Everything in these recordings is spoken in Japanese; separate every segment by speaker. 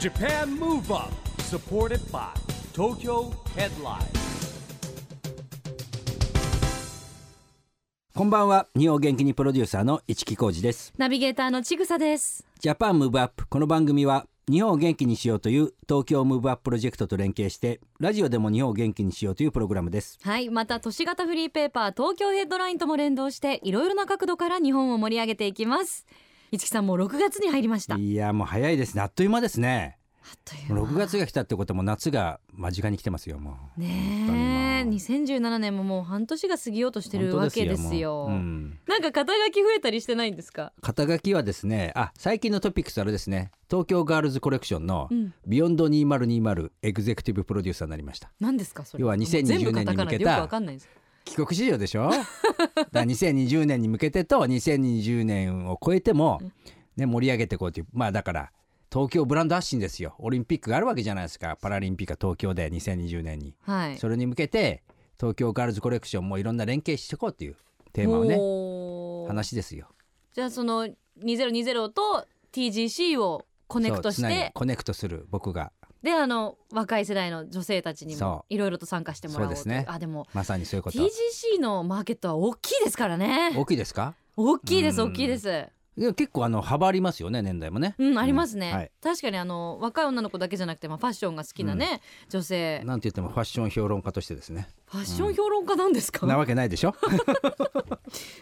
Speaker 1: JAPAN MOVE UP SUPPORTED BY TOKYO HEADLINE
Speaker 2: こんばんは日本元気にプロデューサーの市木浩司です
Speaker 3: ナビゲーターのちぐさです。
Speaker 2: ジャパンムーブアップこの番組は日本を元気にしようという東京ムーブアッププロジェクトと連携してラジオでも日本を元気にしようというプログラムです
Speaker 3: はい、また都市型フリーペーパー東京ヘッドラインとも連動していろいろな角度から日本を盛り上げていきます。いちきさんもう6月に入りました。あっ
Speaker 2: いやもう早いですねあっという間ですね
Speaker 3: という間
Speaker 2: もう6月が来たってことはもう夏が間近に来てますよもう
Speaker 3: ねえ、2017年ももう半年が過ぎようとしてるわけです
Speaker 2: 本
Speaker 3: よ。
Speaker 2: 当もううん
Speaker 3: なんか肩書き増えたりしてないんですか。
Speaker 2: 肩書きはですねあ最近のトピックスあれですね東京ガールズコレクションの
Speaker 3: うん
Speaker 2: ビヨンド2020エグゼクティブプロデューサーになりました
Speaker 3: 何ですかそれ。
Speaker 2: 要は2020
Speaker 3: 全部カタカ
Speaker 2: 年
Speaker 3: ナで
Speaker 2: に向け
Speaker 3: よ
Speaker 2: た
Speaker 3: くわかんないです。
Speaker 2: 帰国市場でしょだから2020年に向けてと2020年を超えても、ね、盛り上げていこうというまあだから東京ブランド発信ですよオリンピックがあるわけじゃないですかパラリンピックは東京で2020年に、
Speaker 3: はい。
Speaker 2: それに向けて東京ガールズコレクションもいろんな連携していこうというテーマをね
Speaker 3: おー
Speaker 2: 話ですよ
Speaker 3: じゃあその2020と TGC をコネクト
Speaker 2: そ
Speaker 3: し
Speaker 2: うつな
Speaker 3: て
Speaker 2: ぐコネクトする僕が
Speaker 3: であの若い世代の女性たちにも
Speaker 2: そ
Speaker 3: いろいろと参加してもらおうとい
Speaker 2: そうですね
Speaker 3: あでも
Speaker 2: まさにそういうこと
Speaker 3: TGC のマーケットは大きいですからね
Speaker 2: 大きいですか
Speaker 3: 大きいです
Speaker 2: うん
Speaker 3: 大きいです
Speaker 2: でも結構あの幅ありますよね年代もね、
Speaker 3: うんありますね、
Speaker 2: うんはい
Speaker 3: 確かにあの若い女の子だけじゃなくて、まあ、ファッションが好きなね、女性
Speaker 2: なんて言ってもファッション評論家としてですね
Speaker 3: ファッション評論家なんですか、
Speaker 2: なわけないでしょ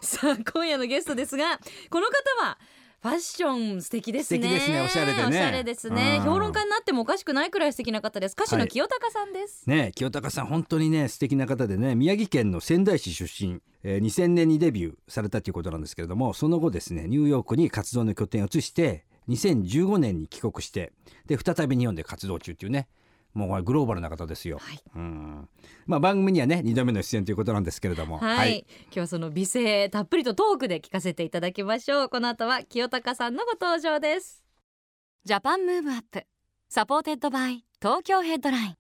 Speaker 3: さあ今夜のゲストですがこの方はファッション素敵ですね
Speaker 2: 素敵ですねおしゃれでね
Speaker 3: おしゃれですね
Speaker 2: うん
Speaker 3: 評論家になってもおかしくないくらい素敵な方です歌手の清高さんです、
Speaker 2: ねえ清高さん本当にね素敵な方でね宮城県の仙台市出身、えー2000年にデビューされたということなんですけれどもその後ですねニューヨークに活動の拠点を移して2015年に帰国してで再び日本で活動中っていうねもうこれグローバルな方ですよ。
Speaker 3: はい
Speaker 2: うんまあ、番組にはね2度目の出演ということなんですけれども、
Speaker 3: はい、今日はその美声たっぷりとトークで聞かせていただきましょうこの後は清高さんのご登場ですジャパンムーブアップサポーテッドバイ東京ヘッドライン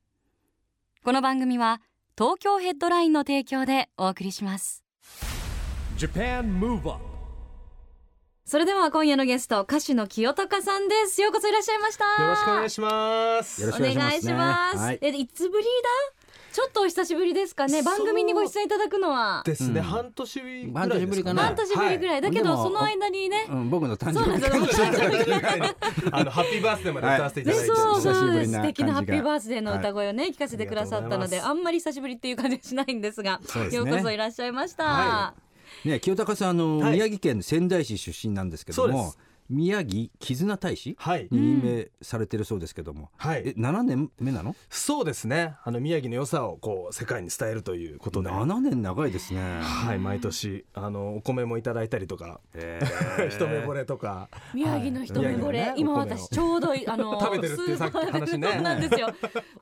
Speaker 3: この番組は東京ヘッドラインの提供でお送りします
Speaker 1: JAPAN MOVE UP
Speaker 3: それでは今夜のゲスト歌手の清高さんですようこそいらっしゃいました
Speaker 4: よろしくお願いします。
Speaker 2: よろしく
Speaker 3: お
Speaker 2: お願いします
Speaker 3: 願いします。
Speaker 2: はい
Speaker 3: え、いつぶりだ？ちょっとお久しぶりですかね。
Speaker 4: そう
Speaker 3: 番組にご出演いただくのは
Speaker 4: ですね、
Speaker 2: うん
Speaker 4: 半年ぶりぐらい
Speaker 2: 半
Speaker 4: です
Speaker 2: 年ぶりかな
Speaker 3: 半年ぶりぐらい。
Speaker 4: は
Speaker 3: だけ
Speaker 2: で
Speaker 3: ど
Speaker 2: も
Speaker 3: その間にね、
Speaker 2: うん、僕の誕
Speaker 3: そうな
Speaker 2: 生
Speaker 3: ん
Speaker 2: 日
Speaker 3: ですよ。
Speaker 4: あのハッピーバースデーまで歌わせていた
Speaker 3: ね、
Speaker 4: だいて、
Speaker 3: そう
Speaker 2: 久し
Speaker 3: そ
Speaker 2: ぶ
Speaker 3: う
Speaker 2: りな
Speaker 3: です。素敵なハ
Speaker 2: 感じ
Speaker 3: ッピ
Speaker 2: が
Speaker 3: ーバースデーの歌声をね、聞かせてくださったので、
Speaker 4: ありがとうございます
Speaker 3: あんまり久しぶりっていう感じはしないんですが、
Speaker 2: そうですね
Speaker 3: ようこそいらっしゃいました。
Speaker 4: は
Speaker 2: ね清高さんあの、
Speaker 4: はい
Speaker 2: 宮城県仙台市出身なんですけど
Speaker 4: そうで
Speaker 2: も
Speaker 4: す
Speaker 2: 宮城絆大使
Speaker 4: はい、
Speaker 2: に任命されてるそうですけども、
Speaker 4: は
Speaker 2: え
Speaker 4: い、
Speaker 2: 7年目なの
Speaker 4: そうですね。あの宮城の良さをこう世界に伝えるということで、は
Speaker 2: 7年長いですね。
Speaker 4: い、毎年あのお米もいただいたりとか、
Speaker 2: え
Speaker 4: 一目惚れとか、
Speaker 3: 宮城の一目惚れ、
Speaker 4: はい
Speaker 3: 今
Speaker 4: 宮城のね
Speaker 3: 私ちょうどあの
Speaker 4: 食べてるっていう
Speaker 3: スーパーで
Speaker 4: さっきの話ね
Speaker 3: そうなんですよ。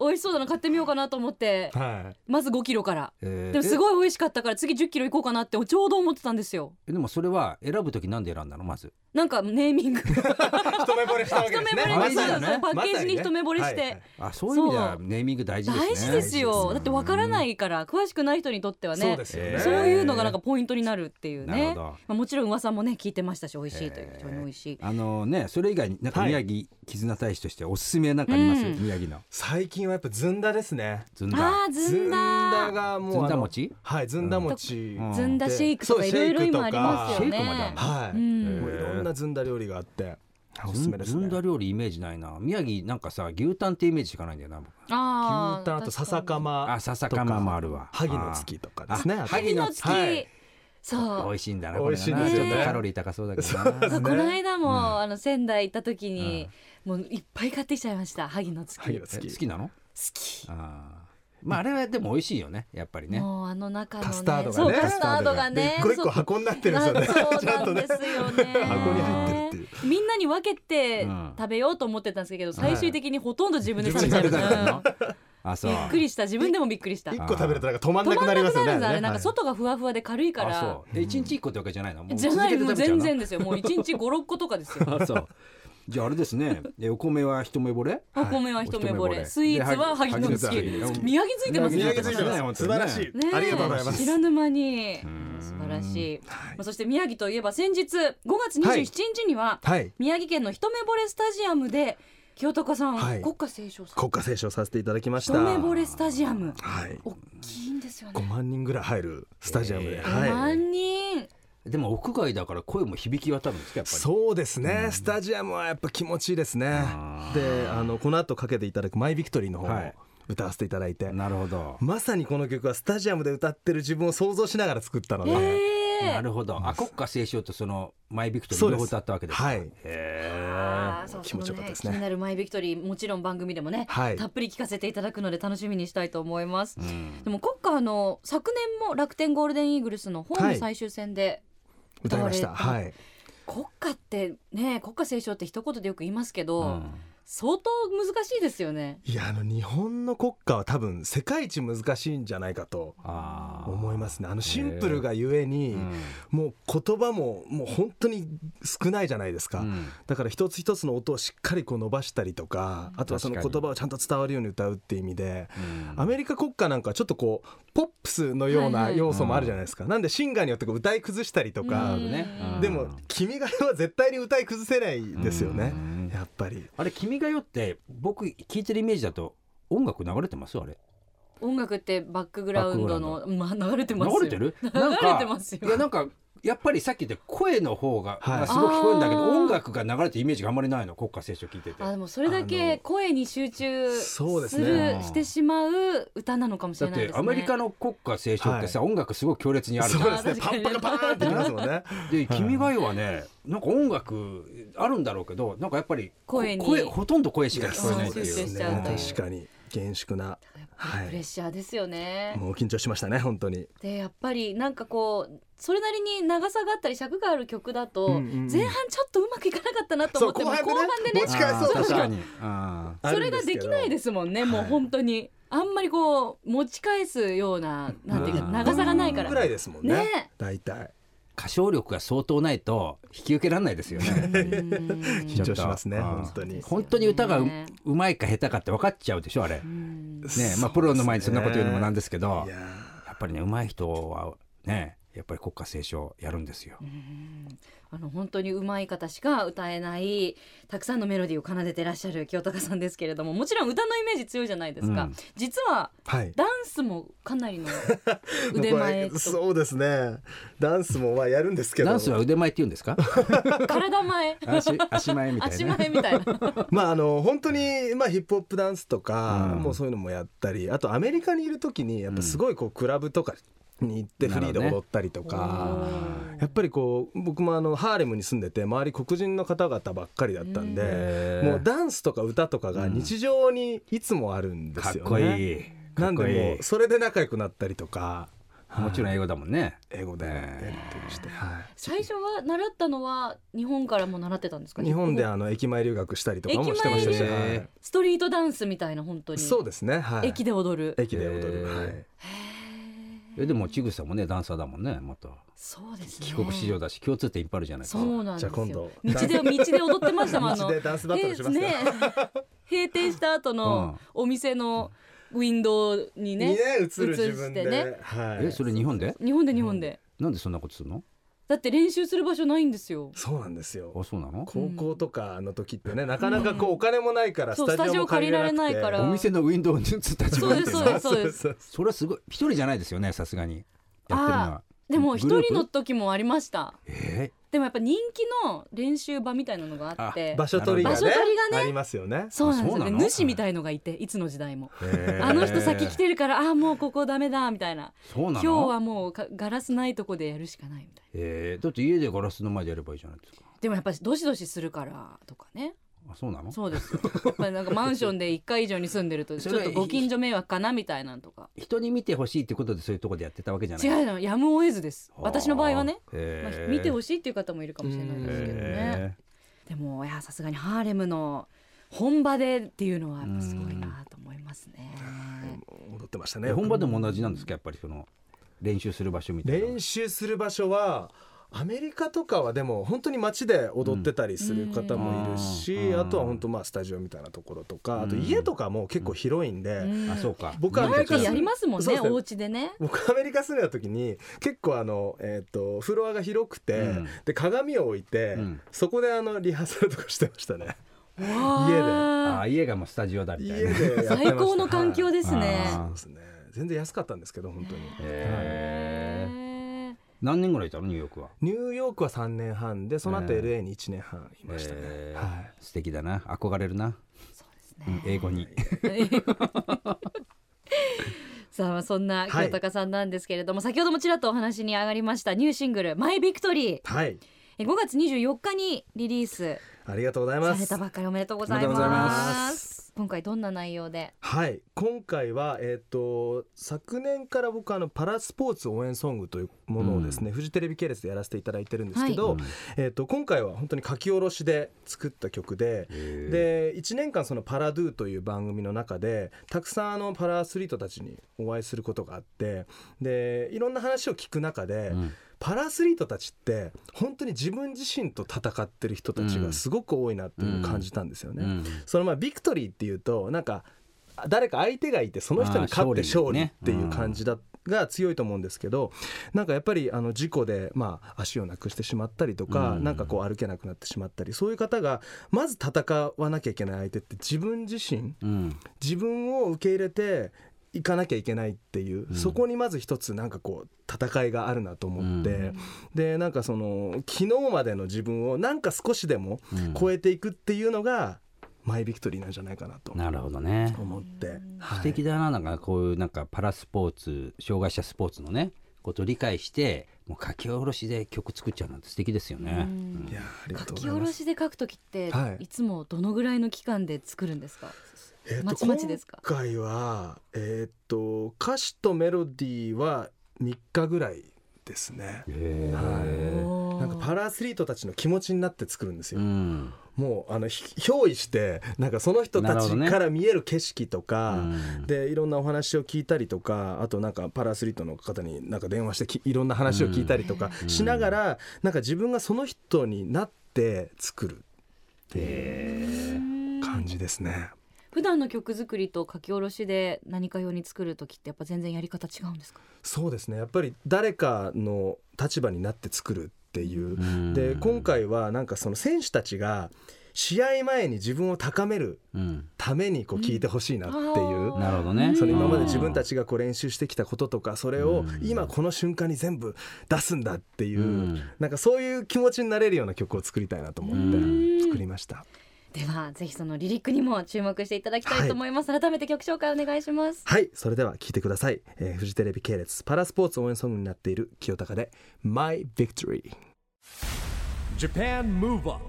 Speaker 3: 美味しそうだな買ってみようかなと思って、
Speaker 4: は
Speaker 3: まず5キロから。
Speaker 2: え
Speaker 3: でもす
Speaker 2: い
Speaker 3: ごい美味しかったから次10キロ行こうかなってちょうど思ってたんですよ。
Speaker 2: でもそれは選ぶときなんで選んだのまず
Speaker 3: なんかネーミ ング一
Speaker 4: い、一目惚れしたわけ
Speaker 3: 目
Speaker 4: です ね。
Speaker 3: 惚れ
Speaker 2: 一目惚れ
Speaker 3: そう
Speaker 2: ね
Speaker 3: そうパッケージに一目惚れして、
Speaker 2: あそういう意味では
Speaker 3: そう
Speaker 2: ネーミング大事ですね
Speaker 3: 大事です
Speaker 4: 大事です
Speaker 3: よ
Speaker 4: ね
Speaker 3: だってわからないから詳しくない人にとってはね
Speaker 4: そうですよね
Speaker 3: そういうのがなんかポイントになるっていう
Speaker 2: なるほ
Speaker 3: ね
Speaker 2: ど
Speaker 3: まあもちろん噂もね聞いてましたし美味しいという非常に美味しい
Speaker 2: あのねそれ以外になんか
Speaker 4: はい
Speaker 2: 宮城絆大使としておすすめなんかあります、
Speaker 3: うん
Speaker 2: 宮城の
Speaker 4: 最近はやっぱずんだですね。
Speaker 2: ずんだ
Speaker 3: あーずんだ
Speaker 4: がもう
Speaker 2: ずん
Speaker 4: あ
Speaker 2: だ
Speaker 4: の
Speaker 2: 餅
Speaker 4: はい、ずんだ餅。
Speaker 2: うん
Speaker 3: ずんだシェイクとか
Speaker 4: そう
Speaker 3: いろいろ
Speaker 4: シェイクと
Speaker 3: 今
Speaker 4: か
Speaker 3: あります
Speaker 2: シ
Speaker 3: よ
Speaker 2: ェイクまであ
Speaker 3: ね
Speaker 2: る
Speaker 4: はい、
Speaker 3: うん
Speaker 4: もういろんなずんだ料理があって、おす
Speaker 2: ず
Speaker 4: す
Speaker 2: ん
Speaker 4: めです
Speaker 2: ず
Speaker 4: ね。
Speaker 2: んだ料理イメージないな宮城なんかさ牛タンってイメージしかないんだよな僕
Speaker 3: あー
Speaker 4: 牛タンあと笹か
Speaker 2: あ
Speaker 4: ま
Speaker 2: 笹かまもあるわ
Speaker 4: 萩の月とかですね
Speaker 2: あ
Speaker 4: あと
Speaker 2: 萩の月
Speaker 3: 好き
Speaker 4: はい
Speaker 2: 美
Speaker 3: そう
Speaker 2: 味しいんだなこれが
Speaker 4: 美
Speaker 2: な
Speaker 4: 味しいんですよね
Speaker 2: ちょっとカロリー高そうだけ どな
Speaker 3: この間も、
Speaker 2: うん
Speaker 3: あの仙台行った時に、もういっぱい買ってきちゃいました萩の月
Speaker 4: 萩
Speaker 3: 好
Speaker 4: の
Speaker 2: え
Speaker 4: 月
Speaker 2: 好きなの
Speaker 3: き
Speaker 2: あーまああれはでも美味しいよねやっぱりね
Speaker 3: もうあの中のね
Speaker 4: カスタードがね
Speaker 3: そうカスタードが
Speaker 4: で
Speaker 3: ね
Speaker 4: 一個一個箱になってるんですよね
Speaker 3: そう
Speaker 4: ちゃん
Speaker 3: そう
Speaker 4: と
Speaker 3: なん
Speaker 4: ね
Speaker 3: ですよね。
Speaker 4: 箱に入ってるって
Speaker 3: みんなに分けて
Speaker 2: うん
Speaker 3: 食べようと思ってたんですけど、最終的にほとんど自分で食べちゃう。
Speaker 2: 自分で食べたの
Speaker 3: うん
Speaker 2: あそう
Speaker 3: びっくりした自分でもびっくりした。
Speaker 4: 一
Speaker 3: 止
Speaker 4: 個食べれたら止まんなく
Speaker 3: ま
Speaker 4: なり
Speaker 3: ん
Speaker 4: ま
Speaker 3: な
Speaker 4: すよ
Speaker 3: くな
Speaker 4: ね
Speaker 3: るんですあれなん
Speaker 4: は
Speaker 3: か
Speaker 4: い
Speaker 3: 外がふわふわで軽いか
Speaker 2: あ
Speaker 3: ら
Speaker 2: そ。うで一日一個ってわけじゃないのもう
Speaker 3: じゃない
Speaker 2: 続
Speaker 3: もう
Speaker 2: けて食
Speaker 3: 全
Speaker 2: べちゃう
Speaker 3: 然ですよ。もう一日五六個と かですよ。
Speaker 2: のあそうじゃああれですねえお米は一目惚れ
Speaker 3: お米は一目惚
Speaker 2: 一目惚
Speaker 3: れ、
Speaker 2: れ
Speaker 3: スイーツは
Speaker 2: で
Speaker 3: 萩の月
Speaker 2: 萩の。月
Speaker 3: 宮城ついてますね。
Speaker 4: 宮城ついて
Speaker 2: 本
Speaker 4: ま
Speaker 2: 当
Speaker 4: す素
Speaker 2: にね
Speaker 4: 晴らしい、
Speaker 3: ねえ
Speaker 4: ありがとうございます
Speaker 3: 知らぬ間に素晴らしい、まあそして宮城といえば先日5月27日には、
Speaker 4: はい
Speaker 3: 宮城県の一目惚れスタジアムで清高さん、
Speaker 4: はい
Speaker 3: 国家斉唱さん
Speaker 4: 国家斉唱させていただきました
Speaker 3: 一目惚れスタジアム
Speaker 4: はい
Speaker 3: 大きいんですよね
Speaker 4: 5万人ぐらい入るスタジアムで、
Speaker 2: え
Speaker 4: はい
Speaker 3: 万人
Speaker 2: でも屋外だから声も響き渡るんですかやっぱり
Speaker 4: そうですね、スタジアムはやっぱ気持ちいいですね
Speaker 2: あ
Speaker 4: であのこの後かけていただく「マイ・ビクトリー」の方
Speaker 2: は
Speaker 4: も
Speaker 2: い
Speaker 4: 歌わせていただいて、
Speaker 2: なるほど、
Speaker 4: まさにこの曲はスタジアムで歌ってる自分を想像しながら作ったので、
Speaker 3: ええ
Speaker 2: なるほどあ国家斉唱とそのマイビクトリ
Speaker 4: そ
Speaker 2: ー
Speaker 4: う
Speaker 2: 両
Speaker 4: です
Speaker 2: 方歌ったわけですか
Speaker 4: はい
Speaker 2: へ
Speaker 3: そう
Speaker 4: 気持ちよかったです
Speaker 3: そ
Speaker 4: ね
Speaker 3: の気になるマイビクトリーもちろん番組でもね、
Speaker 4: はい
Speaker 3: たっぷり聞かせていただくので楽しみにしたいと思います、
Speaker 2: え、うん
Speaker 3: でも国歌あの昨年も楽天ゴールデンイーグルスのホーム最終戦で、
Speaker 4: 歌いました
Speaker 3: 歌わ
Speaker 4: は
Speaker 3: れ
Speaker 4: い
Speaker 3: 国歌ってね国歌斉唱って一言でよく言いますけど、
Speaker 2: うん
Speaker 3: 相当難しいですよね
Speaker 4: いやあの日本の国歌は多分世界一難しいんじゃないかと
Speaker 2: あー
Speaker 4: 思いますねあのシンプルがゆえに、もう言葉ももう本当に少ないじゃないですか、
Speaker 2: うん
Speaker 4: だから一つ一つの音をしっかりこう伸ばしたりとか、あとはその
Speaker 2: 確かに
Speaker 4: 言葉をちゃんと伝わるように歌うっていう意味で、
Speaker 2: うん
Speaker 4: アメリカ国歌なんかちょっとこうポップスのよう
Speaker 3: はい
Speaker 4: な
Speaker 3: はい
Speaker 4: 要素もあるじゃないですか、なんでシンガーによってこう歌い崩したりと
Speaker 2: な
Speaker 4: か
Speaker 2: るほどね
Speaker 3: う
Speaker 2: うん
Speaker 4: でも「君が代」は絶対に歌い崩せないですよね
Speaker 2: うん
Speaker 4: やっぱり
Speaker 2: あれ「君が代」って僕聞いてるイメージだと音楽流れてますあれ
Speaker 3: 音楽ってバックグラウンドのまあ流れてますよ
Speaker 2: 流れてる
Speaker 3: 流
Speaker 2: なんか
Speaker 3: れてます
Speaker 2: いや
Speaker 3: よ
Speaker 2: なんかやっぱりさっき言った声の方が、
Speaker 4: はい
Speaker 2: がすごい聞こえるんだけど
Speaker 3: あー
Speaker 2: 音楽が流れてるイメージがあんまりないの国家斉唱聞いてて
Speaker 3: あでもそれだ
Speaker 4: あ
Speaker 3: け
Speaker 4: の
Speaker 3: 声に集中す
Speaker 4: そうで
Speaker 3: る
Speaker 4: すね
Speaker 3: してしまう歌なのかもし
Speaker 2: だ
Speaker 3: れ
Speaker 2: っ
Speaker 3: ないで
Speaker 2: て
Speaker 3: すね
Speaker 2: アメリカの国家斉唱ってさ、音楽すごい強烈にあるじ
Speaker 4: そ
Speaker 2: ゃ
Speaker 4: う
Speaker 2: ない
Speaker 4: ですね
Speaker 3: あ
Speaker 4: パン
Speaker 3: ー
Speaker 4: パカ
Speaker 3: 確か
Speaker 4: パーンってきますもんね
Speaker 2: で「君が代」はねなんか音楽あるんだろうけどなんかやっぱりこ
Speaker 3: 声に
Speaker 2: ほとんど声しか聞こえないって
Speaker 3: そう集中し
Speaker 2: い
Speaker 3: ち
Speaker 2: う。
Speaker 3: ゃうという
Speaker 4: 確かに厳粛な
Speaker 3: やっぱりプレッシャーですよね、
Speaker 4: もう緊張しましたね本当に
Speaker 3: でやっぱりなんかこうそれなりに長さがあったり尺がある曲だと、
Speaker 4: うんうんうん
Speaker 3: 前半ちょっとうまくいかなかったなと思っても後半でね
Speaker 4: もしかし
Speaker 2: あー
Speaker 4: そう
Speaker 2: 確かに。あ
Speaker 3: それができないですすもんね
Speaker 4: はい
Speaker 3: もう本当にあんまりこう持ち返すようななんていうか
Speaker 2: うん
Speaker 3: 長さがないから
Speaker 4: ぐらいですもんね
Speaker 3: ね
Speaker 4: 大体
Speaker 2: ー歌唱力が相当ないと引き受けられないですよ ね。
Speaker 3: うん
Speaker 4: 緊張しますね
Speaker 2: ちょ
Speaker 4: 本
Speaker 2: っと
Speaker 4: 当に
Speaker 2: 本当に歌がう
Speaker 3: ね
Speaker 2: うまいか下手かって分かっちゃうでしょあれ。ね
Speaker 3: うん
Speaker 2: まあプロの前にそんなこと言うのもなん
Speaker 4: で
Speaker 2: ですけど
Speaker 4: いや、
Speaker 2: やっぱりねうまい人はねやっぱり国家斉唱やるんですよ。
Speaker 3: あの本当に上手い方しか歌えないたくさんのメロディーを奏でてらっしゃる清高さんですけれどももちろん歌のイメージ強いじゃないですか、
Speaker 2: うん
Speaker 3: 実は
Speaker 4: ーはい
Speaker 3: ダンスもかなりの腕前
Speaker 4: これ
Speaker 3: と
Speaker 4: そうですねダンスもまあやるんですけど
Speaker 2: ダンスは腕前って言うんですか？
Speaker 3: 体前
Speaker 2: 足足前みたいな。
Speaker 3: 足前みたいな。
Speaker 4: まああの本当にまあヒップホップダンスとか、
Speaker 2: うん
Speaker 4: もうそういうのもやったりあとアメリカにいる時にやっぱすごいこうクラブとかに行って
Speaker 2: な
Speaker 4: フ
Speaker 2: る
Speaker 4: リ
Speaker 2: ほ
Speaker 4: ー
Speaker 2: ど
Speaker 4: で
Speaker 2: ね
Speaker 4: 踊ったりとか、やっぱりこう僕もあのハーレムに住んでて周り黒人の方々ばっかりだったんで、
Speaker 2: へー
Speaker 4: もうダンスとか歌とかが日常にいつもあるんで
Speaker 2: かっ
Speaker 4: すよね。
Speaker 2: こいい。か
Speaker 4: な
Speaker 2: っ
Speaker 4: ん
Speaker 2: こ
Speaker 4: で
Speaker 2: いい
Speaker 4: もうそれで仲良くなったりとか
Speaker 2: もちろん英語だもんね。
Speaker 4: 英語でや
Speaker 2: ね
Speaker 4: ったりして、はい
Speaker 3: 最初は習ったのは日本からも習ってたんですか
Speaker 4: 日本であの駅前留学したりとかもしてました
Speaker 3: 駅
Speaker 4: し、
Speaker 3: 前留
Speaker 4: はい
Speaker 3: ストリートダンスみたいな本当に
Speaker 4: そうですね、はい、
Speaker 3: 駅で踊る
Speaker 4: 駅で踊
Speaker 2: へ
Speaker 4: る、
Speaker 2: ー
Speaker 4: はい
Speaker 2: えでもちぐさもねダンサーだもんねまた
Speaker 3: そうですね
Speaker 2: 帰国子女だし共通点いっぱいあるじゃないです
Speaker 3: そ
Speaker 2: か。
Speaker 3: うなんですよ
Speaker 4: じゃあ今度
Speaker 3: 道で道で踊ってましたもんあの
Speaker 4: 道でダンスバトルしますか
Speaker 3: えね閉店した後のお店のウィンドウにね
Speaker 4: にね映る自分
Speaker 3: 映してね
Speaker 4: で、はい、
Speaker 2: えそれ日本で？
Speaker 3: 日本で日本で
Speaker 2: なんでそんなことするの？
Speaker 3: だって練習する場所ないんですよ
Speaker 4: そうなんですよ
Speaker 2: あそうなの？
Speaker 4: 高校とかの時ってねなかなかこうお金もないから
Speaker 3: そ
Speaker 4: ス
Speaker 3: う
Speaker 4: タジオ借りれなくて
Speaker 3: スタジオ借りられないから
Speaker 2: お店のウィンドウに映った自
Speaker 3: そう
Speaker 2: 分
Speaker 3: で
Speaker 2: ですす
Speaker 3: そうですそうです
Speaker 4: そう
Speaker 2: それはすごい一人じゃないですよねさすがにやってるのは
Speaker 3: あ。でも一
Speaker 2: グループ
Speaker 3: 人の時もありました
Speaker 2: え
Speaker 3: でもやっぱ人気の練習場みたいなのがあって
Speaker 4: 場所取りがね
Speaker 3: 場所取りがね
Speaker 4: ありますよね
Speaker 3: そうなんです
Speaker 2: あそ
Speaker 3: よ
Speaker 2: うな
Speaker 3: で
Speaker 2: の
Speaker 3: 主みたいのがいていつの時代も
Speaker 2: ー
Speaker 3: あの人先来てるからああもうここダメだみたいな
Speaker 2: そうなの？
Speaker 3: 今日はもうかガラスないとこでやるしかないみたい
Speaker 2: えーだって家でガラスの前でやればいいじゃないですか。
Speaker 3: なでもやっぱりどしどしするからとかね
Speaker 2: あそうなの？
Speaker 3: そうですよやっぱりなんかマンションで1階以上に住んでるとち
Speaker 2: それ
Speaker 3: ょっ
Speaker 2: は
Speaker 3: とご近所迷惑かなみたいなのとか
Speaker 2: 人に見てほしいってことでそういうとこでやってたわけじゃない。
Speaker 3: 違うのやむを得ずです
Speaker 2: はあ
Speaker 3: 私の場合はね、ま
Speaker 2: へ
Speaker 3: あ
Speaker 2: ー
Speaker 3: 見てほしいっていう方もいるかもしれないですけどね
Speaker 2: へ
Speaker 3: でもいやさすがにハーレムの本場でっていうのはやっぱすごいなと思いますね
Speaker 4: 踊ってました
Speaker 2: ー
Speaker 4: ね
Speaker 2: え本場でも同じなんですかやっぱりその練習する場所みたいな。
Speaker 4: 練習する場所はアメリカとかはでも本当に街で踊ってたりする方もいるし、
Speaker 2: うん
Speaker 4: あとは本当まあスタジオみたいなところとか、あと
Speaker 2: うん
Speaker 4: 家とかも結構広いんで、
Speaker 3: うん
Speaker 2: あそうか。
Speaker 4: 僕は
Speaker 3: パーティーやりますもん
Speaker 4: そうで
Speaker 3: ね
Speaker 4: すね
Speaker 3: お家でね
Speaker 4: 僕アメリカ住んでた時に結構あの、えー、とフロアが広くて、
Speaker 2: うん
Speaker 4: で鏡を置いて、
Speaker 2: うん
Speaker 4: そこであのリハーサルとかしてましたね家で
Speaker 2: ああ家がもうスタジオだみた い
Speaker 4: 家
Speaker 2: な
Speaker 4: でやってました
Speaker 3: 最高の環境です
Speaker 2: あ
Speaker 3: ね。
Speaker 2: ー
Speaker 4: そうですね全然安かったんですけど本当に
Speaker 2: へー
Speaker 3: へー
Speaker 2: 何年ぐらいいたのニューヨークは
Speaker 4: ニューヨークは3年半でその後
Speaker 2: ええ
Speaker 4: LA に1年半いましたね、
Speaker 2: へー
Speaker 4: はい
Speaker 2: 素敵だな憧れるな
Speaker 3: そうです
Speaker 2: う
Speaker 3: ね。
Speaker 2: ん英語に
Speaker 3: さあまあそんな清高さんなんですけれども、先ほどもちらっとお話に上がりましたニューシングル「マイビクトリー
Speaker 4: はい
Speaker 3: え5月24日にリリース
Speaker 4: ありがとうございま
Speaker 3: され
Speaker 4: す
Speaker 3: たばっかりおめでとうござい
Speaker 2: おめでとうござい
Speaker 3: ま。
Speaker 2: ます
Speaker 3: 今回どんな内容で
Speaker 4: はい今回は、えっと昨年から僕あのパラスポーツ応援ソングというものをですね、フジテレビ系列でやらせていただいてるんですけど、
Speaker 2: はいうん
Speaker 4: えっと今回は本当に書き下ろしで作った曲で
Speaker 2: へー
Speaker 4: で1年間その「パラドゥ」という番組の中でたくさんあのパラアスリートたちにお会いすることがあってでいろんな話を聞く中で、
Speaker 2: うん
Speaker 4: パラアスリートたちって本当に自分自身と戦ってる人たちがすごく多いなっていうのを感じたんですよね。
Speaker 2: うん
Speaker 4: そのまあビクトリーっていうとなんか誰か相手がいてその人に勝って
Speaker 2: あー勝
Speaker 4: 勝
Speaker 2: 利
Speaker 4: 利
Speaker 2: ね
Speaker 4: っていう感じだが強いと思うんですけどなんかやっぱりあの事故でまあ足をなくしてしまったりとか
Speaker 2: うん
Speaker 4: なんかこう歩けなくなってしまったりそういう方がまず戦わなきゃいけない相手って自分自身
Speaker 2: うん
Speaker 4: 自分を受け入れて行かなきゃいけないっていう、
Speaker 2: うん
Speaker 4: そこにまず一つなんかこう戦いがあるなと思って、
Speaker 2: う
Speaker 4: でなんかその昨日までの自分をなんか少しでも
Speaker 2: うん
Speaker 4: 超えていくっていうのが、マイビクトリーなんじゃないかなと
Speaker 2: なるほどね
Speaker 4: 思って、はい
Speaker 2: 素敵だななんかこういうなんかパラスポーツ障害者スポーツのねことを理解してもう書き下ろしで曲作っちゃうなんて素敵ですよね、うん
Speaker 4: いやありが
Speaker 3: 書
Speaker 4: とうご
Speaker 3: き
Speaker 4: ざい
Speaker 3: 下
Speaker 4: ま
Speaker 3: ろ
Speaker 4: す
Speaker 3: しで書くときって、
Speaker 4: はい
Speaker 3: い、つもどのぐらいの期間で作るんですか
Speaker 4: えっと
Speaker 3: まちまちですか
Speaker 4: 今回はえっと歌詞とメロディーは3日ぐらいですね、
Speaker 2: へ
Speaker 4: はい
Speaker 3: おー
Speaker 4: なんかパラアスリートたちの気持ちになって作るんです
Speaker 2: ーう
Speaker 4: よ、
Speaker 2: ん
Speaker 4: もうあのひ憑依してなんかその人
Speaker 2: な
Speaker 4: た
Speaker 2: るほど
Speaker 4: ち
Speaker 2: ね
Speaker 4: から見える景色と
Speaker 2: う
Speaker 4: か、
Speaker 2: ん
Speaker 4: でいろんなお話を聞いたりとかあとなんかパラアスリートの方になんか電話してきいろんな話を聞いたりとか
Speaker 2: うん
Speaker 4: しながら、なんか自分がその人になって作るっていう感じですね。
Speaker 3: 普段の曲作りと書き下ろしで何か用に作るときってやっぱ全然やり方違うんですか
Speaker 4: そうですねやっぱり誰かの立場になって作るっていう
Speaker 2: うん
Speaker 4: で今回はなんかその選手たちが試合前に自分を高める
Speaker 2: うん
Speaker 4: ためにこう聞いてほしいなっていう、
Speaker 3: あー
Speaker 2: なるほどね
Speaker 4: その今まで自分た
Speaker 2: ち
Speaker 4: ちがこう練習してきたこととかそれを
Speaker 2: うん
Speaker 4: 今この瞬間に全部出すんだっていう、
Speaker 2: うん
Speaker 4: なんかそういう気持ちになれるような曲を作りたいなと思
Speaker 2: う
Speaker 4: って作りました。
Speaker 3: ではぜひそのリリックにも注目していただきたいと思います、改めて曲紹介お願いします
Speaker 4: はいそれでは聴いてください、えーフジテレビ系列パラスポーツ応援ソングになっている清高で「My Victory
Speaker 1: Japan Move Up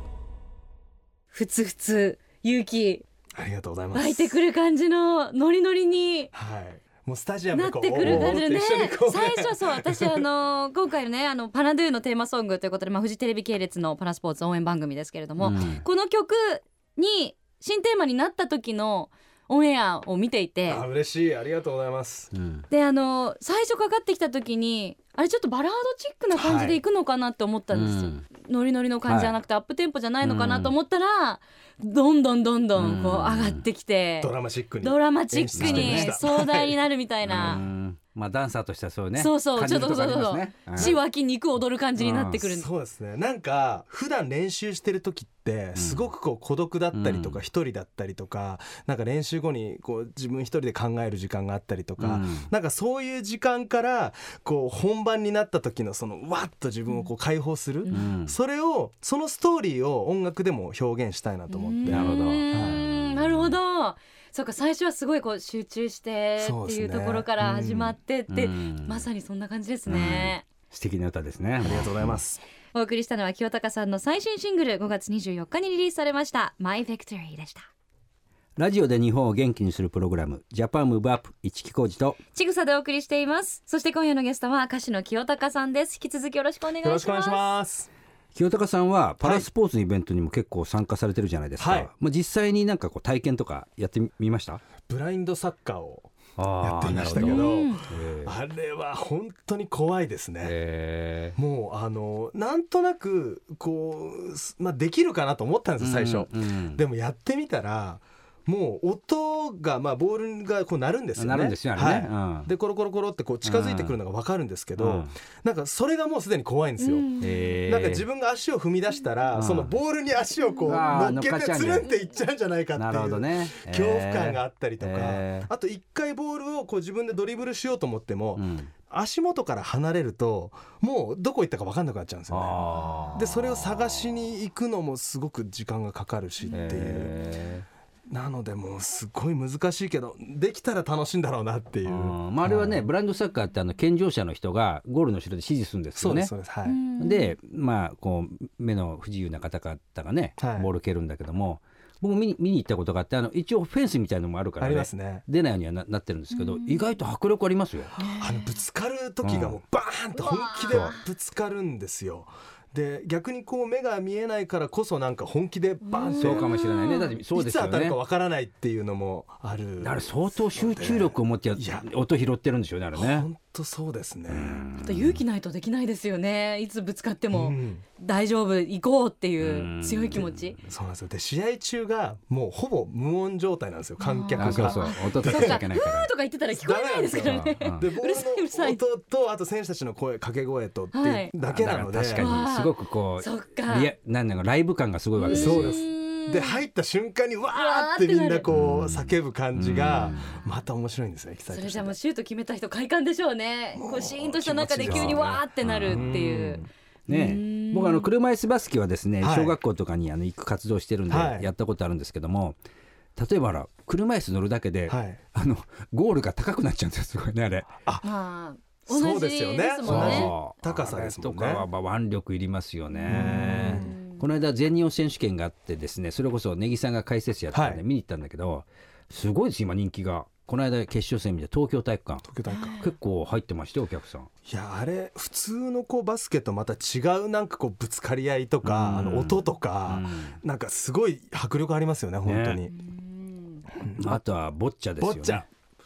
Speaker 3: ふつふつ勇気」
Speaker 4: ありがとうございます
Speaker 3: 湧いてくる感じのノリノリに
Speaker 4: はいもうスタジアムで
Speaker 3: なっ
Speaker 4: こう
Speaker 3: てくる感じ
Speaker 4: おー
Speaker 3: ね
Speaker 4: って一緒にこう
Speaker 3: 最初そう私あの今回のねあのパラドゥのテーマソングということで、まあ、フジテレビ系列のパラスポーツ応援番組ですけれども、
Speaker 2: うん
Speaker 3: この曲に新テーマになった時のオンエアを見ていて
Speaker 4: あ嬉しいありがとうございます
Speaker 2: うん
Speaker 3: であの最初かかってきた時にあれちょっとバラードチックな感じでいくのかなって思ったんですよ、
Speaker 2: うん
Speaker 3: ノリノリの感じじゃなくて、アップテンポじゃないのかなと思ったら、どんどんどんどんこう
Speaker 2: うん
Speaker 3: 上がってきて、
Speaker 4: ドラマチックに
Speaker 3: ドラマチック
Speaker 4: 演出してみ
Speaker 3: に
Speaker 4: ました
Speaker 3: 壮大になるみたいな。
Speaker 2: うんまあダンサーとしてはそうね
Speaker 3: そうそう
Speaker 2: 感
Speaker 3: ちょ
Speaker 2: じ
Speaker 3: っ
Speaker 2: るこ
Speaker 3: とそう
Speaker 2: が
Speaker 3: そうそう、
Speaker 2: あります
Speaker 3: 血
Speaker 2: ね
Speaker 3: 湧き肉踊る感じになってくるんです、
Speaker 4: そうですねなんか普段練習してる時ってすごくこう孤独だったりと
Speaker 2: う
Speaker 4: か
Speaker 2: ん
Speaker 4: 一人だったりとかなんか練習後にこう自分一人で考える時間があったりと
Speaker 2: う
Speaker 4: か
Speaker 2: ん
Speaker 4: なんかそういう時間からこう本番になった時のそのわっと自分をこう解放する
Speaker 2: うんうん
Speaker 4: それをそのストーリーを音楽でも表現したいなと思って
Speaker 2: なるほど
Speaker 3: うーん
Speaker 2: はい
Speaker 3: なるほどそうか最初はすごいこう集中して
Speaker 4: そう
Speaker 3: っ
Speaker 4: で
Speaker 3: て
Speaker 4: す
Speaker 3: い
Speaker 4: ね
Speaker 3: うところから始まってって、
Speaker 2: うん
Speaker 3: まさにそんな感じですね、
Speaker 2: 素敵な歌ですね
Speaker 4: ありがとうございます
Speaker 3: お送りしたのは清高さんの最新シングル5月24日にリリースされました「MyVictory」でした
Speaker 2: ラジオで日本を元気にするプログラムジャパンムーブアップ一木工事と
Speaker 3: ちぐさでお送りしていますそして今夜のゲストは歌手の清高さんです引き続きよろしくお願いし
Speaker 4: よろ
Speaker 3: ま
Speaker 4: し
Speaker 3: す
Speaker 4: くお願いします
Speaker 2: 清高さんはパラスポーツのイベントにも結構参加されてるじゃないですか、
Speaker 4: はい
Speaker 2: まあ、実際になんかこう体験とかやってみました
Speaker 4: ブラインドサッカーをや
Speaker 2: や
Speaker 4: っていましたけ
Speaker 2: へ
Speaker 4: ど
Speaker 2: え
Speaker 4: あれは本当に怖いですね
Speaker 2: へ
Speaker 4: もうあのなんとなくこう、すまあ、できるかなと思ったんですよ最初、
Speaker 2: うんうん
Speaker 4: でもやってみたらもう音がまあボールがこう鳴るんですよね。
Speaker 2: なるんですよあれね
Speaker 4: は
Speaker 2: うん
Speaker 4: い、でコロコロコロってこう近づいてくるのがわかるんですけど、
Speaker 2: うん
Speaker 4: なんかそれがもうすでに怖いんですよ。
Speaker 2: え
Speaker 4: なんか自分が足を踏み出したら、
Speaker 2: うん
Speaker 4: そのボールに足をこう
Speaker 2: あー
Speaker 4: 乗っけ
Speaker 2: 乗っか
Speaker 4: て
Speaker 2: っちゃうん
Speaker 4: つ
Speaker 2: だよ
Speaker 4: るんっていっちゃうんじゃないかっていう
Speaker 2: なるほどね
Speaker 4: 恐怖感があったりとか、
Speaker 2: えー
Speaker 4: あと一回ボールをこう自分でドリブルしようと思っても、
Speaker 2: うん
Speaker 4: 足元から離れるともうどこ行ったか分かんなくなっちゃうんですよね。
Speaker 2: あー
Speaker 4: でそれを探しに行くのもすごく時間がかかるしっていう、
Speaker 2: え
Speaker 4: なのでもうすごい難しいけどできたら楽しいんだろうなっていう
Speaker 2: ー
Speaker 4: う
Speaker 2: うんまあ、あれはね、ブラインドサッカーってあの健常者の人がゴールの後ろで指示するんです
Speaker 4: そ
Speaker 2: よ
Speaker 4: うで
Speaker 2: ね
Speaker 4: すそうですはい、
Speaker 2: でまあこう目の不自由な方々がね、
Speaker 4: はい
Speaker 2: ボール蹴るんだけども僕も見に見に行ったことがあってあの一応フェンスみたいのもあるから、
Speaker 4: あ
Speaker 2: ね
Speaker 4: りますね
Speaker 2: 出ないようにはななってるんですけど、意外と迫力ありますよ。
Speaker 4: あのぶつかる時がもうバーンと本気でぶつかるんですよで逆にこう目が見えないからこそなんか本気でバーンって
Speaker 2: そうかもしれないねだってそう
Speaker 4: い
Speaker 2: で
Speaker 4: つ
Speaker 2: すよ
Speaker 4: 当たる
Speaker 2: ね
Speaker 4: か。わからないっていうのもある
Speaker 2: あれ相当集中力を持ってや
Speaker 4: いや
Speaker 2: 音拾ってるんですよねあれね。
Speaker 4: 本当そうですね、
Speaker 3: ちょっと勇気ないとできないですよねいつぶつかっても、
Speaker 4: うん
Speaker 3: 大丈夫行こうって
Speaker 2: う
Speaker 3: い
Speaker 2: ん
Speaker 3: う強い気持ち
Speaker 4: そうなんですよで試合中がもうほぼ無音状態なんですよ観客
Speaker 2: あ
Speaker 4: が
Speaker 2: そうそう音立てちゃいけないか
Speaker 3: とか言ってたら聞こえないですからね
Speaker 2: ら。うん
Speaker 4: でボー
Speaker 3: うるさいうるさ
Speaker 4: ル
Speaker 3: い
Speaker 4: の音とあと選手たちの声掛け声とって
Speaker 3: は
Speaker 4: いう
Speaker 3: い
Speaker 4: だけなので、
Speaker 2: だから確かにすごくこ
Speaker 3: そっ
Speaker 2: う
Speaker 3: か
Speaker 2: リアなんだかライブ感がすごいわけですよ
Speaker 4: そうですで入った瞬間にわーってみんなこう叫ぶ感じがまた面白いんですよエキサイ
Speaker 3: そ
Speaker 4: ト
Speaker 3: れ
Speaker 4: し
Speaker 3: じ
Speaker 4: て
Speaker 3: ゃあもうシュート決めた人快感でしょうねこうシーンとした中で急にわーってなるっていう
Speaker 2: ねえ、僕あの車椅子バスケはですね、
Speaker 4: はい
Speaker 2: 小学校とかにあの行く活動してるんで
Speaker 4: はい
Speaker 2: やったことあるんですけども、例えばあら車椅子乗るだけで、
Speaker 4: はい
Speaker 2: あのゴールが高くなっちゃうんですよすごいねあれ。
Speaker 3: まあ同
Speaker 4: そう
Speaker 3: じ
Speaker 4: ですよね
Speaker 3: ですもんね
Speaker 2: そう
Speaker 4: 高さですもんね
Speaker 2: あれとかはまあ腕力いりますよね。この間全日本選手権があってですね、それこそ根木さんが解説やったんで、
Speaker 4: はい
Speaker 2: 見に行ったんだけど、すごいです今人気が。この間決勝戦見て東京体育館
Speaker 4: 東京大会
Speaker 2: 結構入ってましたよお客さん。
Speaker 4: いやあれ普通のこうバスケとまた違うなんかこうぶつかり合いとか、
Speaker 2: うん
Speaker 4: あの音とか、なんかすごい迫力ありますよね本当に、
Speaker 2: あとはボッチャですよね。
Speaker 4: ボッチャ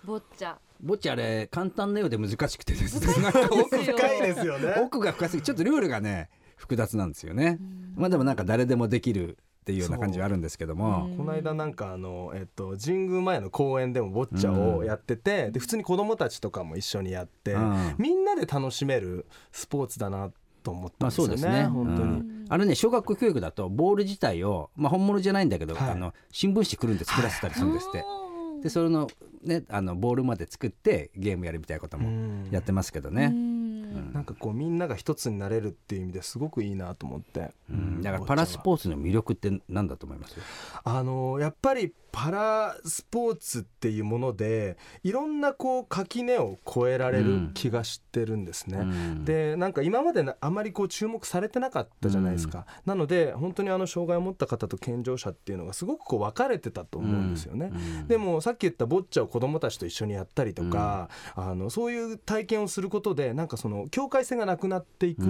Speaker 3: ボッチャ
Speaker 2: ボッチャあれ簡単なようで難しくてです ねなんか奥
Speaker 4: 奥深いですよね
Speaker 2: 奥が深すぎちょっとルールがね複雑なんですよねまあでもなんか誰でもできるっていうような感じはあるんですけども
Speaker 4: この間なんかあの、えっと、神宮前の公園でもボッチャをやってて、で普通に子供たちとかも一緒にやって、
Speaker 2: うん
Speaker 4: みんなで楽しめるスポーツだなと思ったん
Speaker 2: まあ
Speaker 4: です
Speaker 2: そ
Speaker 4: よ
Speaker 2: う
Speaker 4: ね,、
Speaker 2: ですね
Speaker 4: 本当に、
Speaker 2: うんあれね小学校教育だとボール自体をまあ本物じゃないんだけど、
Speaker 4: はい
Speaker 2: あの新聞紙くるんで作らせたりするんですって、でそれのねあのボールまで作ってゲームやるみたいなこともやってますけどね、
Speaker 4: なんかこうみんなが一つになれるっていう意味ですごくいいなと思って、
Speaker 2: うんだからパラスポーツの魅力って何だと思います
Speaker 4: あのやっぱりパラスポーツっていうものでいろんなこう垣根を越えられる気がしてるんですね。
Speaker 2: うん
Speaker 4: でなんか今までなあまりこう注目されてなかったじゃないですか、なので本当にあの障害を持った方と健常者っていうのがすごくこう分かれてたと思うんですよね、でもさっき言ったボッチャを子どもたちと一緒にやったりとか、あのそういう体験をすることでなんかその境界線がなくなっていくっ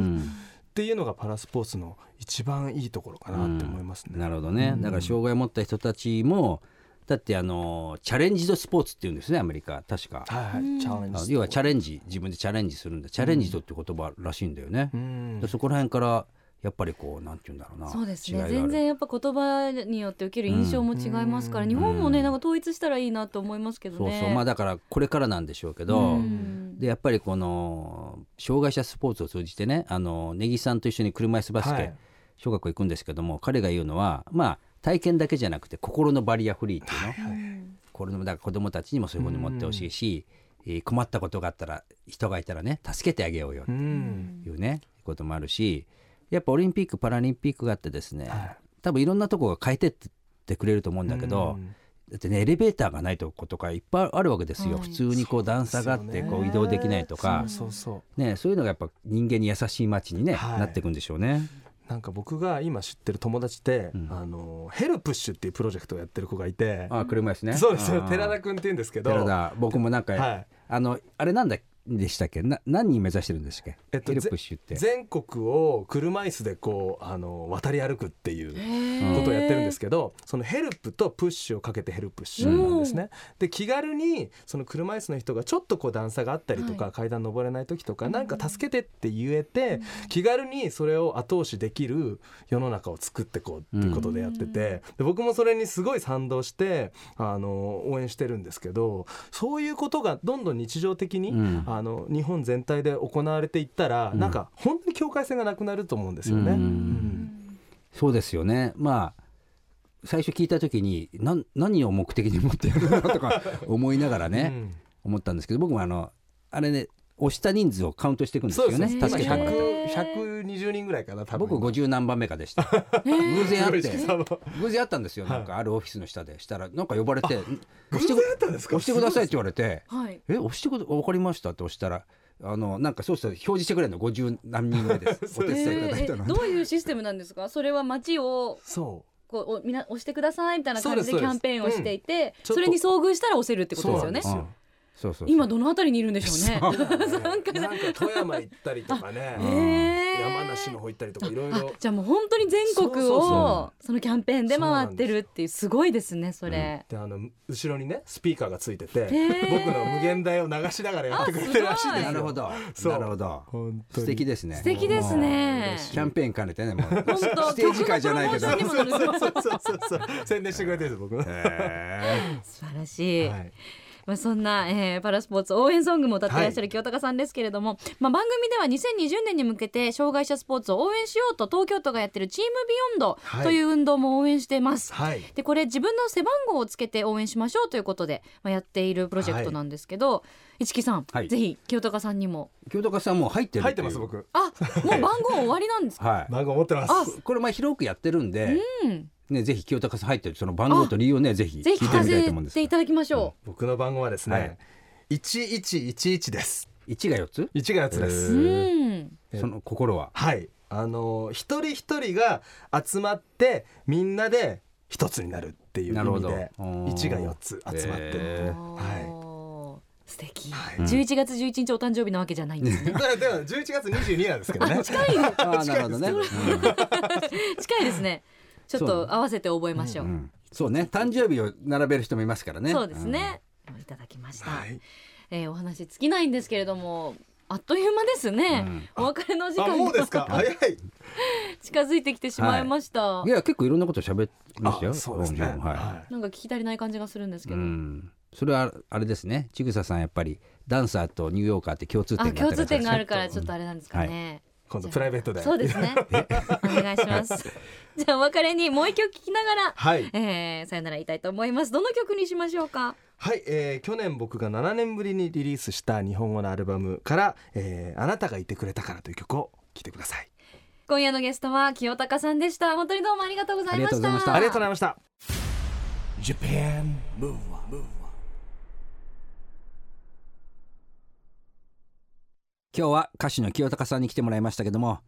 Speaker 4: ていうのがパラスポーツの一番いいところかなって思いますね。
Speaker 2: なるほどね、だから障害を持った人たちもだってあのチャレンジドスポーツっていうんですねアメリカ確か、
Speaker 4: はい、チャレン
Speaker 2: あ
Speaker 4: ジ
Speaker 2: 要はチャレンジ自分でチャレンジするんだチャレンジドって言葉らしいんだよね、
Speaker 4: ん
Speaker 2: でそこら辺からやっぱりこうなんて言うんだろうな
Speaker 3: そうですね
Speaker 2: 違いがあ
Speaker 3: 全
Speaker 2: る
Speaker 3: 然やっぱ言葉によって受ける印象も違いますから、日本もねなんか統一したらいいなと思いますけど
Speaker 2: そう
Speaker 3: ね
Speaker 2: そうまあだからこれからなんでしょうけど、
Speaker 3: うん
Speaker 2: でやっぱりこの障害者スポーツを通じてねあの根木さんと一緒に車椅子バスケ、
Speaker 4: はい
Speaker 2: 小学校行くんですけども彼が言うのはまあ体験だけじゃなくて心のバリアフリーっていうの、これもだから子どもたちにもそういうふうに思ってほしいし、えー困ったことがあったら人がいたらね助けてあげようよって
Speaker 4: うん
Speaker 2: いうね、こともあるしやっぱオリンピック・パラリンピックがあってですね、多分いろんなとこが変えてってくれると思うんだけど、
Speaker 4: うん
Speaker 2: だってねエレベーターがないとことかいっぱいあるわけですよ、普通にこう段差があってこう移動できないとか
Speaker 4: そうそう
Speaker 2: ね、そういうのがやっぱ人間に優しい街に、ね
Speaker 4: はい
Speaker 2: なっていくんでしょうね。
Speaker 4: なんか僕が今知ってる友達で、あのヘルプッシュっていうプロジェクトをやってる子がいて、
Speaker 2: あ車椅子ね
Speaker 4: そうです
Speaker 2: あ
Speaker 4: よ
Speaker 2: ー
Speaker 4: 寺田君って言うんですけど
Speaker 2: 寺田僕もなんか、
Speaker 4: はい
Speaker 2: あのあれなんだでしたっけな何人目指してるんでしたっけ、
Speaker 4: えっと
Speaker 2: ヘルプシュって
Speaker 4: 全国を車椅子でこうあの渡り歩くっていうことをやってるんですけどそのヘルプとプッシュをかけてヘルプッシュなんですね。で気軽にその車椅子の人がちょっとこう段差があったりとか、階段登れない時とかなんか助けてって言えて、気軽にそれを後押しできる世の中を作ってこうっていうことでやってて、で僕もそれにすごい賛同してあの応援してるんですけどそういうことがどんどん日常的に、
Speaker 2: うん
Speaker 4: あの日本全体で行われていったら、なんか本当に境界線がなくなると思うんですよね。う
Speaker 2: うん
Speaker 4: ん
Speaker 2: そうですよねまあ最初聞いた時に何何を目的に持ってやるのか とか思いながらね、思ったんですけど僕もあのあれね押した人数をカウントしていくんです
Speaker 4: そう
Speaker 2: よ
Speaker 4: ですね。
Speaker 2: ね
Speaker 4: 今
Speaker 2: 確かに
Speaker 4: 100 120人ぐらいかな多分。
Speaker 2: 僕50何番目かでした 偶然あっ
Speaker 4: 吉
Speaker 2: て
Speaker 4: 木さんは
Speaker 2: 偶然あったんですよなんかあるオフィスの下でしたらなんか呼ばれて「押してく
Speaker 4: 偶然あったんですか
Speaker 2: 押してください」って言われて
Speaker 3: はい
Speaker 2: 「え押してくだ分かりました」って押したらあのなんかそうしたら表示してくれるの50何人目ですお手
Speaker 3: え
Speaker 2: 伝いいただいた
Speaker 3: ーえ
Speaker 2: の
Speaker 3: どういうシステムなんですかそれは街を
Speaker 4: そう。
Speaker 3: こうおみんな押してくださいみたいな感
Speaker 4: そうで
Speaker 3: じ
Speaker 4: すそう
Speaker 3: で
Speaker 4: で
Speaker 3: キ
Speaker 4: す
Speaker 3: ャンペーンをしていて
Speaker 4: ちょっと
Speaker 3: それに遭遇したら押せるってことです
Speaker 4: そうな
Speaker 3: よ
Speaker 4: ん
Speaker 3: ね
Speaker 4: ですよ
Speaker 2: うんそうそうそう
Speaker 3: 今どのあたりにいるんでしょうね
Speaker 4: なんか富山行ったりとかね、
Speaker 3: えー
Speaker 4: 山梨の方行ったりとかいろい
Speaker 3: あ
Speaker 4: ろ
Speaker 3: じゃあもう本当に全国
Speaker 4: そうそう
Speaker 3: を
Speaker 4: そ
Speaker 3: そのキャンペーンで回ってるっていうすごいですねそれ。
Speaker 4: であの後ろにねスピーカーがついてて、
Speaker 3: ー
Speaker 4: 僕の無限大を流しながらやってくれてるらしいんですよ
Speaker 2: なるほど
Speaker 4: そう
Speaker 2: なるほど
Speaker 4: 本当に
Speaker 2: 素敵ですね
Speaker 3: 素敵ですね。
Speaker 2: キャンペーン兼ねてねもう
Speaker 3: 本当
Speaker 2: ステージ会じゃないけど
Speaker 3: 曲のプロモーションにもなる
Speaker 4: そうそうそうそうそう宣伝してくれてるんです僕の、は
Speaker 2: へ
Speaker 3: 素晴らしい。
Speaker 4: い、
Speaker 3: まあそんな、えーパラスポーツ応援ソングも歌ってらっし
Speaker 4: は
Speaker 3: ゃる清高さんですけれども、まあ番組では2020年に向けて障害者スポーツを応援しようと東京都がやってるチームビヨン
Speaker 4: は
Speaker 3: ド
Speaker 4: い
Speaker 3: という運動も応援しています。
Speaker 4: はい
Speaker 3: でこれ自分の背番号をつけて応援しましょうということで、まあ、やっているプロジェクトなんですけど、一木さん、
Speaker 2: はい
Speaker 3: ぜひ清高さんに も
Speaker 2: ー清高さんもう入ってる
Speaker 4: 入っ
Speaker 2: と
Speaker 4: てま
Speaker 2: いう
Speaker 4: す僕
Speaker 3: あもう番号終わりなんですか
Speaker 2: はい
Speaker 4: 番号持ってます
Speaker 3: あ
Speaker 2: これまあ広くやってるんで、
Speaker 3: うん
Speaker 2: ねぜひ清高さん入ってるその番号と理由をねぜひ聞
Speaker 3: ぜ
Speaker 2: いて
Speaker 3: ひ
Speaker 2: み
Speaker 3: 聞
Speaker 2: た
Speaker 3: か
Speaker 2: いと思うんで
Speaker 3: せ
Speaker 2: す
Speaker 3: ていただきましょ
Speaker 4: 僕の番号はですね、
Speaker 2: はい
Speaker 4: 1111です
Speaker 2: 一が四つ、
Speaker 4: 1がやつです、
Speaker 3: う。うん、
Speaker 4: えー
Speaker 2: その 心は
Speaker 4: はいあのー一人一人が集まってみんなで一つになるっていう意
Speaker 2: なるほ
Speaker 4: 味
Speaker 2: ど
Speaker 4: で
Speaker 2: うん
Speaker 4: 1が4つ集まってる、
Speaker 2: へー
Speaker 4: はい
Speaker 3: い、素敵、
Speaker 4: はい
Speaker 3: 十一11月11日お誕生日なわけじゃないんですね
Speaker 4: だからでも11月22なんですけどね近い
Speaker 2: あーなるほどね、うん
Speaker 3: 近いですね ちょっ
Speaker 2: そう
Speaker 3: と合わせて覚えましょう、
Speaker 2: うんそうね誕生日を並べる人もいますからね
Speaker 3: そうです、ね、いただきました、
Speaker 4: はい
Speaker 3: えーお話尽きないんですけれどもあっという間ですね、お別れの時
Speaker 4: あも
Speaker 3: 間
Speaker 4: うですか
Speaker 3: が
Speaker 4: 早い
Speaker 3: 近づいてきてしまいました、
Speaker 2: うんいや結構いろんなこと喋りましたよ
Speaker 4: あそうですね、
Speaker 2: 本人もはい、
Speaker 3: なんか聞き足りない感じがするんですけ
Speaker 2: う
Speaker 3: ど、
Speaker 2: んそれはあれですねちぐささんやっぱりダンサーとニューヨーカーって共通点
Speaker 3: あ
Speaker 2: があった
Speaker 3: 共
Speaker 2: りと
Speaker 3: 通
Speaker 2: か
Speaker 3: 点があるからちょっとあれなんですかね、
Speaker 4: 今度プライベートで
Speaker 3: そうで すねお願いしますじゃあお別れにもう一曲聴きながら、
Speaker 4: はい
Speaker 3: えーさよなら言いたいと思いますどの曲にしましょうか
Speaker 4: はい、えー去年僕が7年ぶりにリリースした日本語のアルバムから、えーあなたがいてくれたからという曲を聴いてください
Speaker 3: 今夜のゲストは清高さんでした本当にどうもありがとうございま
Speaker 2: ありがとうご
Speaker 3: し
Speaker 2: ざい
Speaker 3: た
Speaker 2: ました
Speaker 4: ありがとうございました
Speaker 2: 今日は歌手の清高さんに来てもらいましたけども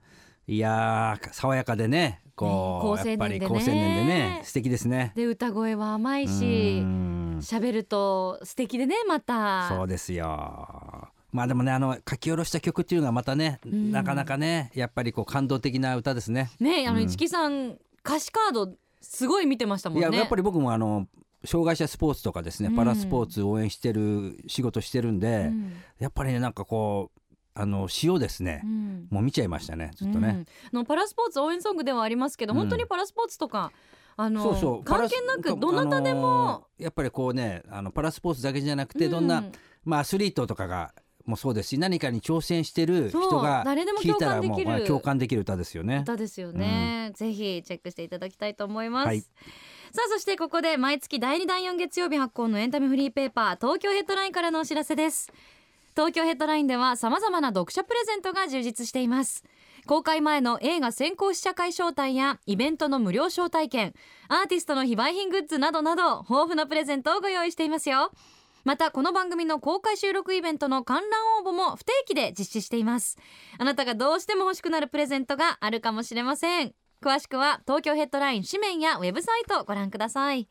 Speaker 2: いやー爽やかでねこう、
Speaker 3: ね
Speaker 2: やっぱり
Speaker 3: 好
Speaker 2: 好青
Speaker 3: 青年
Speaker 2: 年
Speaker 3: で
Speaker 2: で
Speaker 3: ね
Speaker 2: ね素敵ですね
Speaker 3: で歌声は甘いうし
Speaker 2: ん
Speaker 3: 喋ると素敵でねま
Speaker 2: そ
Speaker 3: た
Speaker 2: うですよまあでもねあの書き下ろした曲っていうのはまたね、なかなかねやっぱりこう感動的な歌ですね
Speaker 3: ねあの一木さん歌詞カードすごい見てましたもん
Speaker 2: い
Speaker 3: ね
Speaker 2: ややっぱり僕もあの障害者スポーツとかですね、
Speaker 3: うん
Speaker 2: パラスポーツ応援してる仕事してるんで、
Speaker 3: うん
Speaker 2: やっぱりねなんかこうあの詩をですね
Speaker 3: う、ん
Speaker 2: もう見ちゃいましたねずっと
Speaker 3: う
Speaker 2: ね
Speaker 3: ん、あのパラスポーツ応援ソングではありますけど、
Speaker 2: うん
Speaker 3: 本当にパラスポーツとかあの
Speaker 2: そうそう
Speaker 3: 関係
Speaker 2: パ
Speaker 3: な
Speaker 2: ラ
Speaker 3: く
Speaker 2: ス
Speaker 3: どなたで
Speaker 2: あ
Speaker 3: も
Speaker 2: の、ーやっぱりこうねあのパラスポーツだけじゃなくて、
Speaker 3: うん
Speaker 2: どんな、まあ、アスリートとかがもそうですし何かに挑戦してる
Speaker 3: そう
Speaker 2: 人が
Speaker 3: 誰でも
Speaker 2: 聞いたら
Speaker 3: 共感できる
Speaker 2: まあ共感できる歌ですよね。
Speaker 3: 歌ですよね、ぜひチェックしていただきたいと思います、
Speaker 2: はい
Speaker 3: さあそしてここで毎月第2第4月曜日発行のエンタメフリーペーパー東京ヘッドラインからのお知らせです東京ヘッドラインでは様々な読者プレゼントが充実しています公開前の映画先行試写会招待やイベントの無料招待券アーティストの非売品グッズなどなど豊富なプレゼントをご用意していますよまたこの番組の公開収録イベントの観覧応募も不定期で実施していますあなたがどうしても欲しくなるプレゼントがあるかもしれません詳しくは東京ヘッドライン紙面やウェブサイトをご覧ください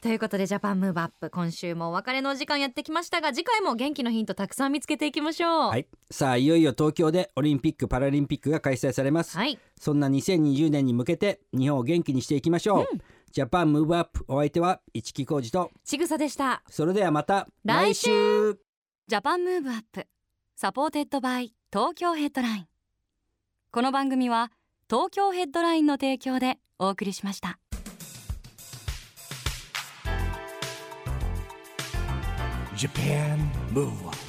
Speaker 3: ということでジャパンムーブアップ今週もお別れのお時間やってきましたが次回も元気のヒントたくさん見つけていきましょう
Speaker 2: はい、さあいよいよ東京でオリンピック・パラリンピックが開催されます、
Speaker 3: はい
Speaker 2: そんな2020年に向けて日本を元気にしていきましょう、ジャパンムーブアップお相手は市木浩二と
Speaker 3: ちぐさでした
Speaker 2: それではまた
Speaker 3: 来
Speaker 2: 週
Speaker 5: ジャパンムーブアップサポーテッドバイ東京ヘッドラインこの番組は東京ヘッドラインの提供でお送りしました
Speaker 1: Japan Move Up